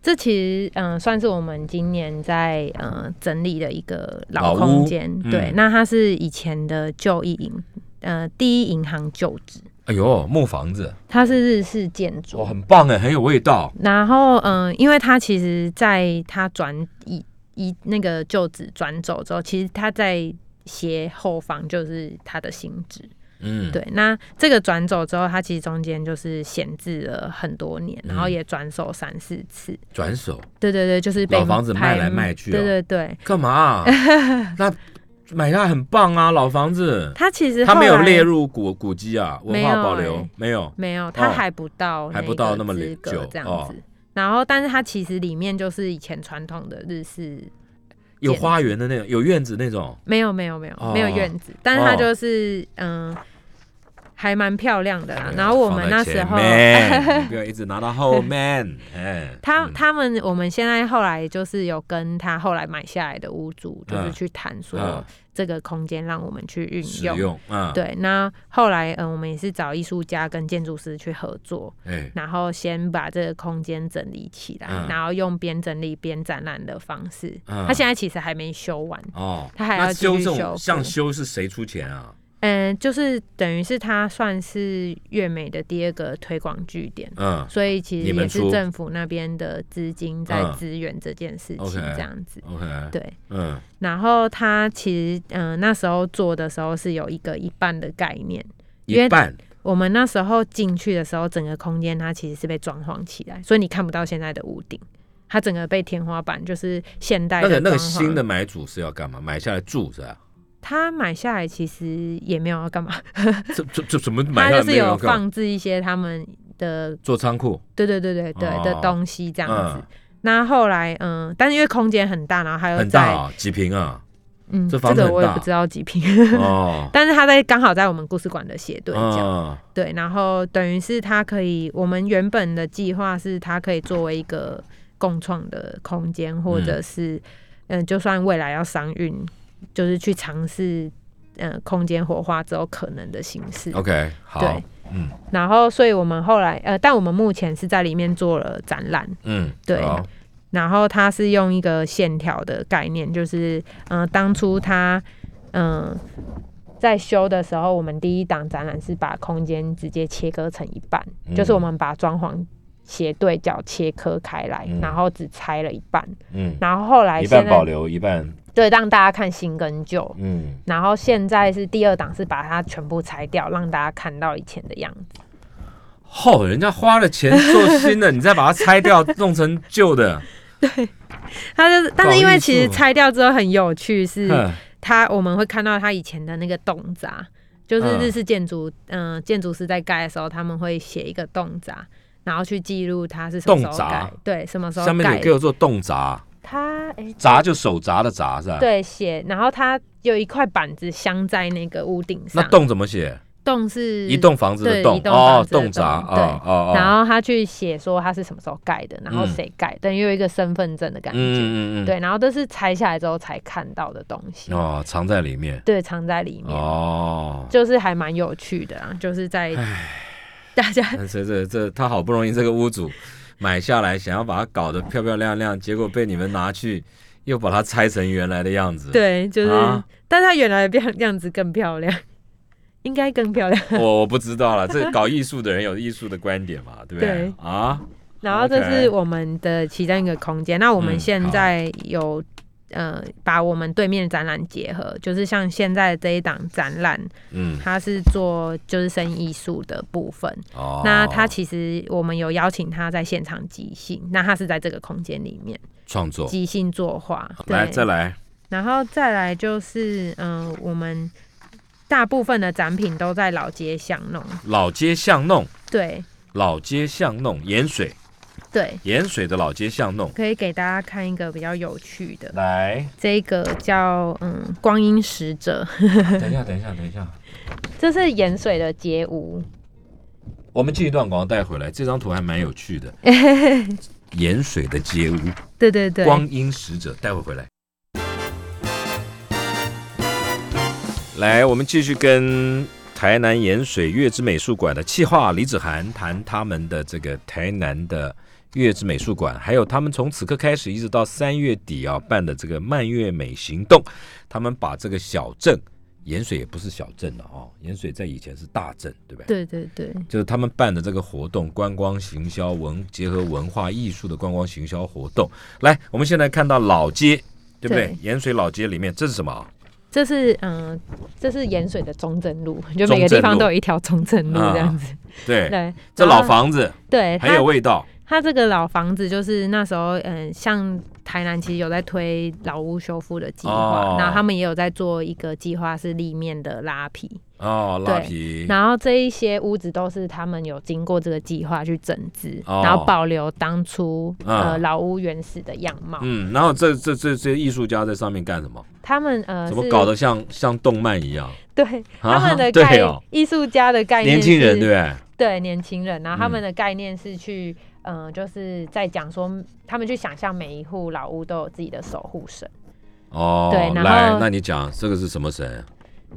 这其实嗯、呃算是我们今年在呃整理的一个老老屋空间。嗯对，那它是以前的旧一银呃第一银行旧址，哎呦，木房子，它是日式建筑。哇，很棒哎，很有味道，然后嗯、呃因为它其实在它转移移那个旧址转走之后，其实它在斜后方就是它的新址。嗯，对，那这个转走之后，它其实中间就是闲置了很多年，嗯然后也转手三四次。转手对对对，就是被老房子拍卖来卖去哦对对对，干嘛 啊、那买它很棒啊，老房子，它其实它没有后来列入古古迹啊，文没化有保留哎没有，没有，它哦还不到还个不到那么资久格这样哦子。然后，但是它其实里面就是以前传统的日式，有建花园的那种，有院子那种，没有没有没有、没有哦院子，但是它哦就是嗯、还蛮漂亮的啊啦。然后我们那时候哎放。在前面你不要一直拿到后 面，哎，他嗯他们我们现在后来就是有跟他后来买下来的屋主，就是嗯去谈嗯说这个空间让我们去运使用。用，嗯，，对，那后来嗯，我们也是找艺术家跟建筑师去合作，哎，然后先把这个空间整理起来，嗯然后用边整理边展览的方式。嗯他现在其实还没修完，哦，他还要那修继这续修种复像修是谁出钱啊？嗯，就是等于是他算是月美的第二个推广据点。嗯所以其你实们也是出政府那边的资金在嗯支援这件事情， OK 这样子。 ，OK，对，嗯，然后他其实嗯、呃那时候做的时候是有一个一半的概念，因一为半我们那时候进去的时候，整个空间它其实是被装潢起来，所以你看不到现在的屋顶，它整个被天花板就是现代那的个那个装潢新的，买主是要干嘛？买下来住是 吧？他买下来其实也没有要 干嘛，这这这怎么买他下来就没是有有干嘛？放置一些他们的做仓库，对对对对对、哦的东西这样子。嗯那后来，嗯，但是因为空间很大，然后还有很在，大啊，几平 啊？嗯，这这房子个很我也大不知道几平， 哦，但是他在刚好在我们故事馆的斜对角，啊，对，然后等于是它可以，我们原本的计划是它可以作为一个共创的空间，或者是嗯、呃就算未来要商运，就是去尝试嗯空间活化之后可能的形式。 ，OK，好哦对，嗯然后，所以我们后来呃，但我们目前是在里面做了展览，嗯，对好然后它是用一个线条的概念，就是嗯、呃当初它嗯、呃在修的时候，我们第一档展览是把空间直接切割成一半，嗯就是我们把装潢斜对角切割开来，嗯然后只拆了一半，嗯，然后后来一半现在保留，一半对让大家看新跟旧。嗯，然后现在是第二档，是把它全部拆掉，让大家看到以前的样嗯子。哦，人家花了钱做新的，你再把它拆掉，弄成旧的，它就是，但是因不好为意思其实哦拆掉之后很有趣 是，嗯哼它我们会看到它以前的那个洞闸，就是嗯日式建筑，嗯、建筑师在盖的时候，他们会写一个洞闸，然后去记录它是什么时洞候闸盖，对，什么时候上啊面盖有给。我做洞闸，它诶，闸就手闸的闸是吧？。对，写，然后它有一块板子镶在那个屋顶那上，洞怎么写？洞是一栋房子的对洞一栋哦房，子的洞闸洞哦哦哦。然后他去写说他是什么时候盖的，然后嗯谁盖，等于有一个身份证的感觉。嗯嗯嗯嗯，对，然后都是拆下来之后才看到的东西，哦，藏在里面对，藏在里面，哦。 就是还蛮有趣的啊，就是在大家但是这这他好不容易这个屋主买下来，想要把它搞得漂漂亮亮，结果被你们拿去又把它拆成原来的样子。，对，就是，啊但它原来的样样子更漂亮， 应该更漂亮。 我我不知道了，这搞艺术的人有艺术的观点嘛，对不对 对？啊，然后这 OK 是我们的其中一个空间。那我们嗯现好在有、呃把我们对面的展览结合，就是像现在这一档展览，嗯，它是做就是声音艺术的部分。哦，那它其实我们有邀请他在现场即兴，那他是在这个空间里面创作即兴作画。哦来对再来，然后再来就是，嗯、我们大部分的展品都在老街巷弄，老街巷弄，对老街巷弄，盐水对，盐水的老街巷弄，可以给大家看一个比较有趣的，来，这个叫嗯光阴使者，等一下，等一下，等一下， 这是盐水的街屋，我们进一段广告带回来，这张图还蛮有趣的。盐水的街屋，对对对，光阴使者，待会回来。来，我们继续跟台南盐水月之美术馆的企划李子涵谈他们的这个台南的月之美术馆，还有他们从此刻开始一直到三月底啊办的这个漫月美行动，他们把这个小镇盐水也不是小镇了哦，盐水在以前是大镇，对不对？对对对就是他们办的这个活动，观光行销文结合文化艺术的观光行销活动。来，我们现在看到老街，对不对对？盐水老街里面这是什么啊？这是嗯、这是盐水的中正路，就中每个正地方路都有一条中正路啊这样子，对，对，这然后老房子对，很它有味道。它这个老房子就是那时候，嗯，像台南其实有在推老屋修复的计划，哦然后他们也有在做一个计划是立面的拉皮，哦，对拉皮，然后这一些屋子都是他们有经过这个计划去整治，哦然后保留当初、啊呃老屋原始的样貌。嗯，然后这这这这艺术家在上面干什么？他们呃怎么是搞得像像动漫一样？对啊他们的对概、哦艺术家的概念年轻人是对不对？对年轻人，然后他们嗯的概念是去。嗯，就是在讲说，他们去想象每一户老屋都有自己的守护神。哦，对然来后，那你讲这个是什么神？哎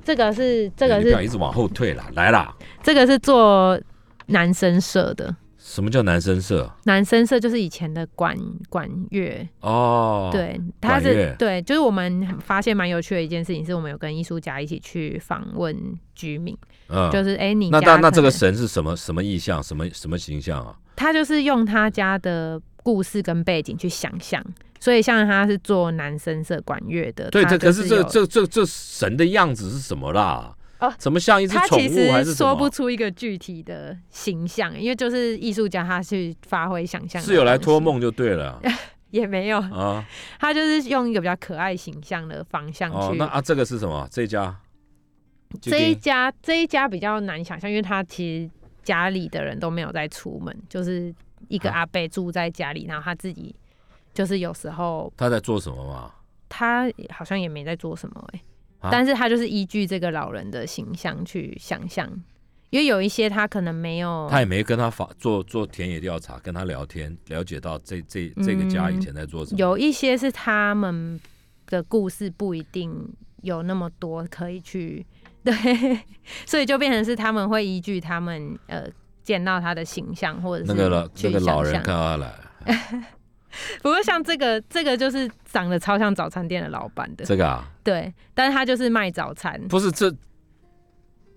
这个是这个你是不要一直往后退啦，来啦，这个是做男生社的，什么叫男生社？男生社就是以前的管管乐，哦，，对，它管乐是对，就是我们发现蛮有趣的一件事情，是我们有跟艺术家一起去访问居民，嗯，就是哎、你那家那那可这个能神是什么什么意象？什么什么形象啊？他就是用他家的故事跟背景去想象，所以像他是做男生社管乐的，对，呃这他就可是这有这这这神的样子是什么啦？哦怎么像一只他宠其物还实是什说不么？出一个具体的形象，因为就是艺术家他去发挥想象，是有来托，梦就对了 也没有，啊。他就是用一个比较可爱形象的方向哦，去。那啊，这个是什么？这家这一就家这一家比较难想象，因为他其实家里的人都没有在出门，就是一个啊阿伯住在家里，然后他自己就是有时候他在做什么嘛？他好像也没在做什么哎、啊但是他就是依据这个老人的形象去想象，因为有一些他可能没有，他也没跟他访做做田野调查，跟他聊天，了解到这这这个家以前在做什么。嗯有一些是他们的故事不一定有那么多可以去 对，所以就变成是他们会依据他们呃见到他的形象或者是那个老那去个老想人象看他来，不过像这个这个就是长得超像早餐店的老板的，这个啊，对，但是他就是卖早餐，不是这，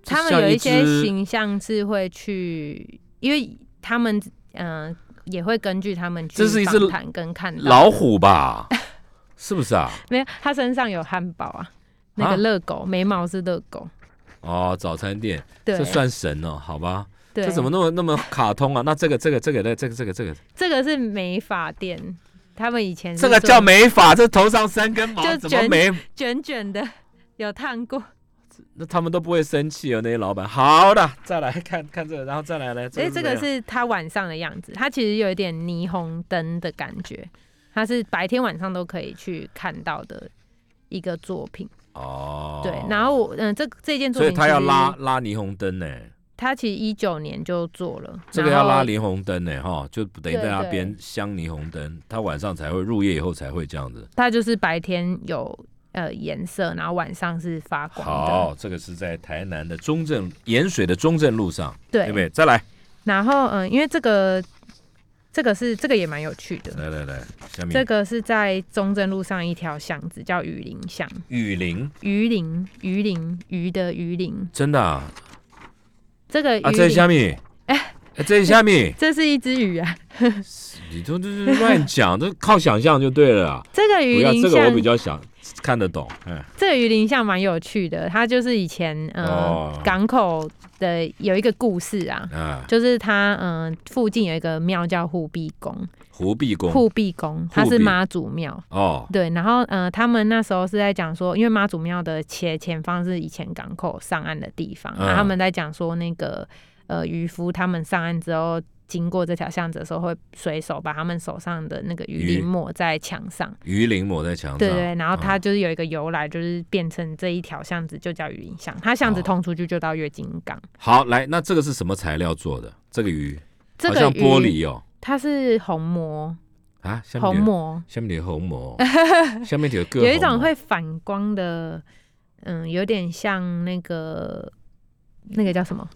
他们像有一一些只形象是会去，因为他们嗯、呃也会根据他们去这是一只访谈跟看到老虎 吧？是不是啊？没有，他身上有汉堡啊，那啊个热狗、眉毛是热狗，哦，早餐店，对，这算神哦，好吧？对，这怎么那么那么卡通啊？那这个这个这个这个这个这个这个是美发店，他们以前是这个做叫美发，这头上三根毛就怎么卷没？卷卷的，有烫过。那他们都不会生气哦，那些老板。好 的，再来看看这个，然后再来来。所以哎这个怎么样是他晚上的样子，他其实有一点霓虹灯的感觉，它是白天晚上都可以去看到的一个作品。哦，对，然后我嗯、这这件作所以品他要其实拉，拉霓虹灯呢，他其实一九年就做了，这个要拉然后霓虹灯呢，哈，就等于在那边镶霓虹灯，他晚上才会入夜以后才会这样子。他就是白天有呃颜色，然后晚上是发光的。好，这个是在台南的中正盐水的中正路上，对对不对？再来，然后嗯、呃因为这个这个是这个也蛮有趣的，来来来，下面这个是在中正路上一条巷子，叫雨林巷。雨林，鱼鳞，鱼鳞，鱼的鱼鳞，真的啊，这个鱼啊鳞、这是虾米，哎，这是虾米，这是一只鱼啊。你都都都乱讲，这靠想象就对了啊。这个不 鱼要鳞这像，个我比较想看得懂，嗯，这个鱼鳞像蛮有趣的，它就是以前呃、哦港口的有一个故事啊。啊，就是它，嗯、附近有一个庙叫护壁宫，湖壁宫，护壁宫，它护是壁妈祖庙，哦，对。然后，呃，他们那时候是在讲说，因为妈祖庙的前前方是以前港口上岸的地方，嗯然后他们在讲说那个呃渔夫他们上岸之后。经过这条巷子的时候，会随手把他们手上的那个鱼鱼鳞抹在墙上，鱼鳞抹在墙上，对对，然后它嗯就是有一个由来，就是变成这一条巷子就叫鱼鳞巷，它巷子哦通出去就到月经港。好来，那这个是什么材料做的？这个鱼这好个像玻鱼，璃哦，它是虹膜，啊，下面虹有膜下面有虹膜， 下面有个有一种虹膜会反光的，嗯，有点像那个那个叫什么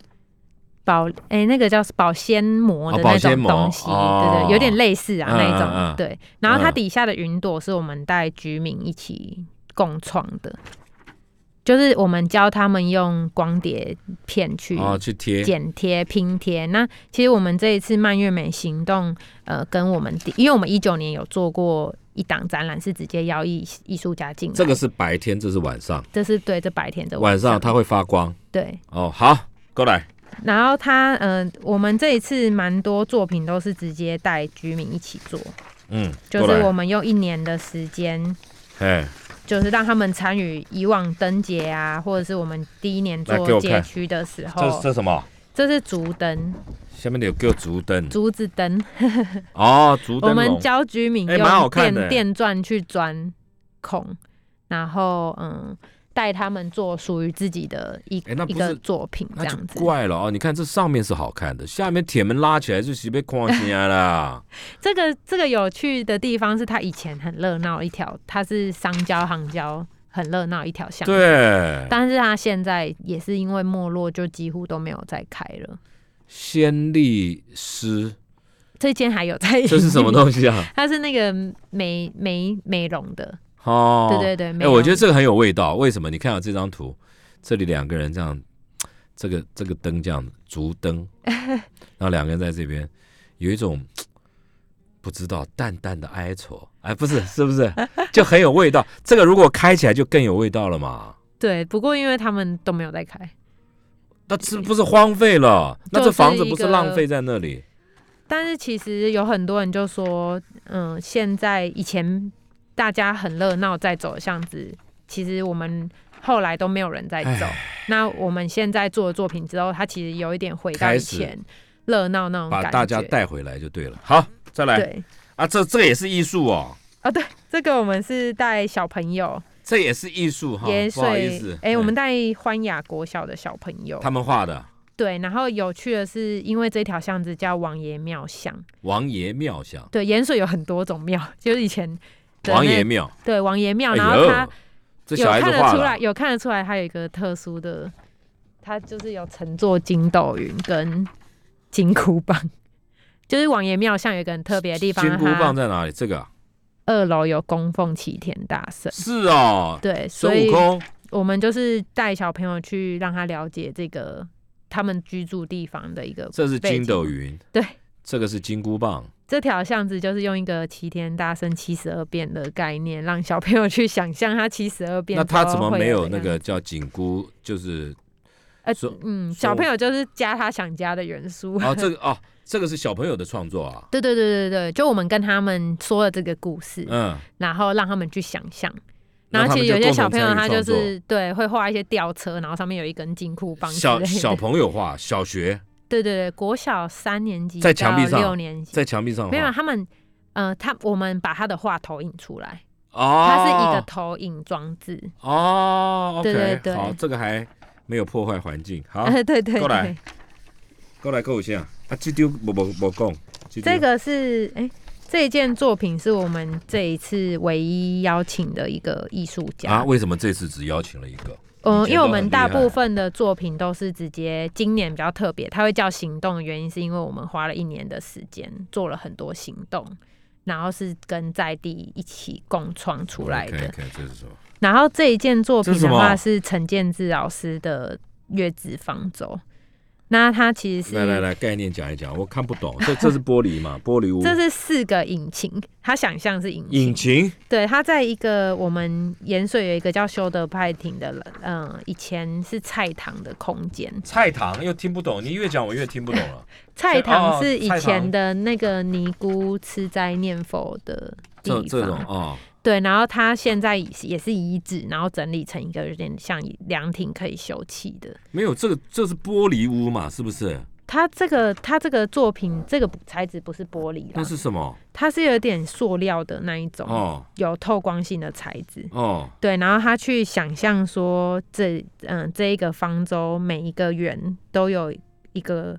保哎、那个叫保鲜膜哦的保那鲜种膜东西，对哦对，有点类似啊、嗯那一种，嗯嗯对。然后它嗯底下的云朵是我们带居民一起共创的，就是我们教他们用光碟片去哦去贴剪贴、拼贴。那其实我们这一次蔓越莓行动，呃，跟我们第，因为我们一九年有做过一档展览，是直接邀艺艺术家进来。这个是白天，这是晚上，这是对，这白天的晚上上它会发光对。哦。好，过来，然后他，嗯、我们这一次蛮多作品都是直接带居民一起做，嗯，就过是来我们用一年的时间。哎，就是让他们参与以往灯节啊，或者是我们第一年来给我做街看区的时这候，这什么？这是竹灯、下面有个竹灯竹子灯，哦，竹我灯们笼。教居民哎蛮好用看电、的哎电钻去钻孔，然后嗯，带他们做属于自己的一、哎那不一是个作品这那就样子。怪了哦！你看这上面是好看的，下面铁门拉起来就随便框起来 了。这个这个有趣的地方是，它以前很热闹一条，它是商交行交很热闹一条巷。。对，但是它现在也是因为没落，就几乎都没有再开了。先立师，这间还有在，这是什么？东西啊？ 它是那个美美美容的，哦，对对对。美哎、我觉得容这个很有味道。为什么？你看到这张图，这里两个人这样，这个这个灯这样竹 灯，然后两个人在这边，有一种不知道淡淡的哀愁。哎，不是，是不是就很有味道？这个如果开起来就更有味道了嘛。对，不过因为他们都没有在开。那是不是荒废了？那就这是房子一不是个浪费在那里？但是其实有很多人就说，嗯，现在以前大家很热闹在走的巷子，其实我们后来都没有人在哎走。那我们现在做的作品之后，它其实有一点回到开以始前热闹那种感把觉。大家带回来就对了。好，再来对啊，这这也是艺术哦，啊、对，这个我们是带小朋友这也是艺术哈。盐不好意水思，，哎嗯哎、我们带欢雅国小的小朋友。他们画的对，然后有趣的是，因为这条巷子叫王爷庙巷，王爷庙像，对，盐水有很多种庙，就是以前的王那爷庙。对王爷庙，哎然后呦它。这有小孩看子得画啊出了来，，有看得出来，它有一个特殊的，它就是有乘坐筋斗云跟金箍棒， 就是王爷庙像有一个很特别的地方，金箍棒它在哪里？这个啊二楼有供奉齐天大圣，是哦，对，孙所以悟空我们就是带小朋友去让他了解这个他们居住地方的一个这是背景筋斗云，对，这个是金箍棒，这条巷子就是用一个齐天大圣七十二变的概念，让小朋友去想象他七十二变。那他怎么没有那个？叫紧箍？ 就是呃说，嗯，说小朋友就是加他想加的元素。哦，这个哦，这个是小朋友的创作啊， 对对对对对，就我们跟他们说了这个故事，嗯，然后让他们去想象。那然他后其们实就有共些同小朋友参与他就创作是对会画一些吊车，然后上面有一根金箍棒之类小的。小朋友画，小学对对对，国小三年级在墙壁到上六年级在墙壁上画，没有他们呃，他我们把他的画投影出来，哦，啊它是一个投影装置。哦，OK，对对呃对好，这个还没有破坏环境，好， 对对对啊过来对，过来够一下啊，这丢我我我讲，这个个是哎、这一件作品是我们这一次唯一邀请的一个艺术家。啊，为什么这次只邀请了一个？以嗯，前因为我都很们厉害大部分的作品都是直接，今年比较特别，它会叫行动的原因是因为我们花了一年的时间做了很多行动，然后是跟在地一起共创出来的。 OK，这是什么？然后这一件作这品是什的么话是陈建志老师的《月之方舟》，那它其实是来来来，概念讲一讲，我看不懂，这这是玻璃嘛？玻璃屋，这是四个引擎，他想象是引擎，引擎，对，他在一个我们盐水有一个叫修德派町的，嗯、以前是菜堂的空间，菜堂又听不懂，你越讲我越听不懂了。菜堂哦是以菜堂前的那个尼姑吃斋念佛的地这方，这种哦，对，然后它现在也是遗址，然后整理成一个有点像凉亭可以休憩的。没有这个，这是玻璃屋嘛？是不是？它这个它这个作品这个材质不是玻璃那啦，是什么？它是有点塑料的那一种，哦有透光性的材质。哦，对，然后他去想象说这嗯、这一个方舟每一个圆都有一个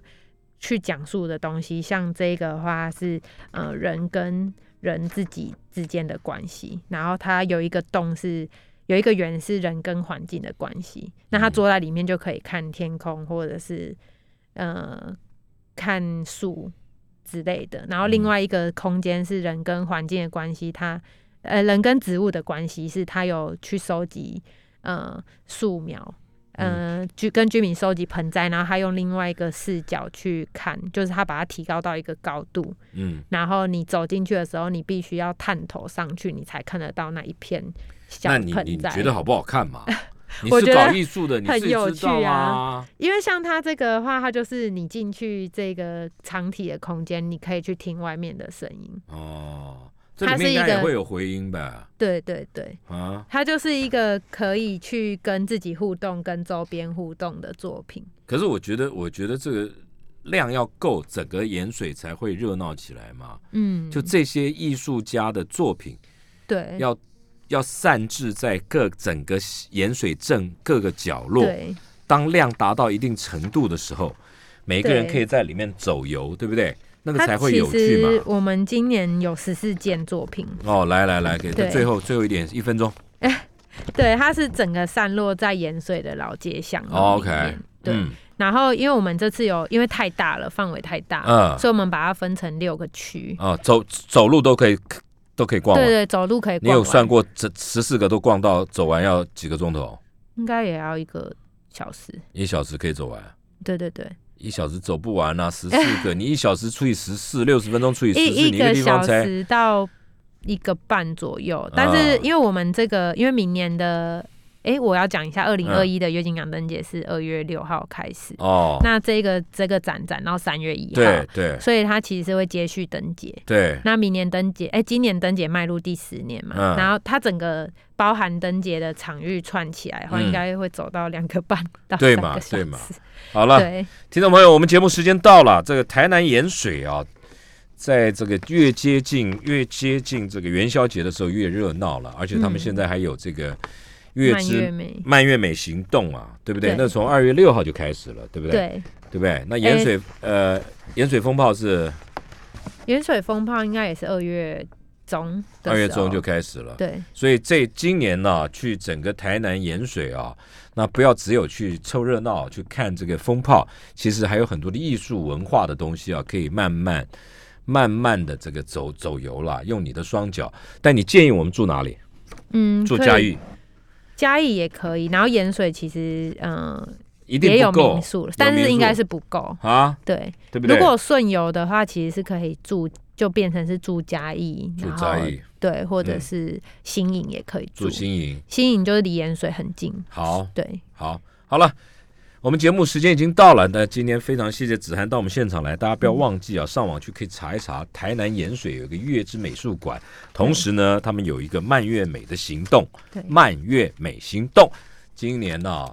去讲述的东西，像这个的话是呃人跟人自己之间的关系，然后它有一个洞是有一个圆是人跟环境的关系，那他坐在里面就可以看天空或者是呃看树之类的，然后另外一个空间是人跟环境的关系，它呃人跟植物的关系是它有去收集呃树苗。嗯呃，居跟居民收集盆栽，然后他用另外一个视角去看，就是他把它提高到一个高度，嗯，然后你走进去的时候，你必须要探头上去，你才看得到那一片小那盆你栽。你觉得好不好看 嘛？你我是觉得搞艺术的，你很自己有知道趣啊啊。因为像它这个的话，它就是你进去这个长体的空间，你可以去听外面的声音。哦，这它里面是应该一也个会有回音吧？对对对，啊，它就是一个可以去跟自己互动、跟周边互动的作品。可是我觉得，我觉得这个量要够，整个盐水才会热闹起来嘛。嗯，就这些艺术家的作品，对，要要散置在各整个盐水镇各个角落。对当量达到一定程度的时候，每个人对可以在里面走游，对不对？那个它才会其有趣实嘛。我们今年有十四件作品，哦，来来来，给对最后最后一点一分钟。对，它是整个散落在盐水的老街巷弄哦里面 OK，对，嗯然后因为我们这次有因为太大了，范围太大，嗯所以我们把它分成六个区。哦，走走路都可以都可以逛对完。对，走路可以你逛完。有算过这十四个都逛到走完要几个钟头？应该也要一个小时。一小时可以走完？对对对，一小时走不完啊，十四 个，你一小时除以十四，六十分钟除以十四，一你一个地方小才啊时到一个半左右。但是因为我们这个，因为明年的，哎、我要讲一下，二零二一嗯的月经港灯节是二月六号开始，哦，那这个这个展展到三月一对号，对所以它其实是会接续灯节。对，那明年灯节，哎、今年灯节迈入第十年嘛，嗯然后它整个包含灯节的场域串起来的话，嗯应该会走到两个半到对三嘛个小对嘛啊时好了，对听众朋友，我们节目时间到了。这个台南盐水啊，在这个越接近越接近这个元宵节的时候越热闹了，而且他们嗯现在还有这个月蔓越之莓，蔓越莓行动啊，对不对？对那从二月六号就开始了，对不对？对。对不对？那哎盐水、呃盐水风炮是盐水风炮应该也是二月中的时候，二月中就开始了，对所以这今年呢、去整个台南盐水啊，那不要只有去凑热闹去看这个风炮，其实还有很多的艺术文化的东西啊，可以慢慢慢慢的这个走走游啦，用你的双脚。但你建议我们住哪里？嗯，住可以嘉，义，嘉义也可以。然后盐水其实，嗯、一也定有不够民宿了有，但民是宿应该是不够。啊，对，对不如对？果顺游的话，其实是可以住，就变成是住嘉义，住然后嘉义对，或者嗯是新营也可以住住。新营，新营就是离盐水很近，好，对，好，好了，我们节目时间已经到了。那今天非常谢谢子涵到我们现场来，大家不要忘记啊，上网去可以查一查，台南盐水有一个月之美术馆，同时呢，他们有一个漫月美的行动，对漫月美行动，今年呢、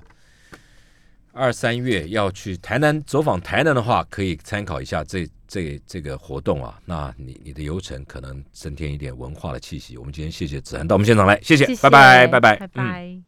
二三月要去台南走访台南的话，可以参考一下这这这个活动啊。那你你的游程可能增添一点文化的气息。我们今天谢谢子涵到我们现场来，谢谢，谢谢拜拜，拜拜，拜嗯拜。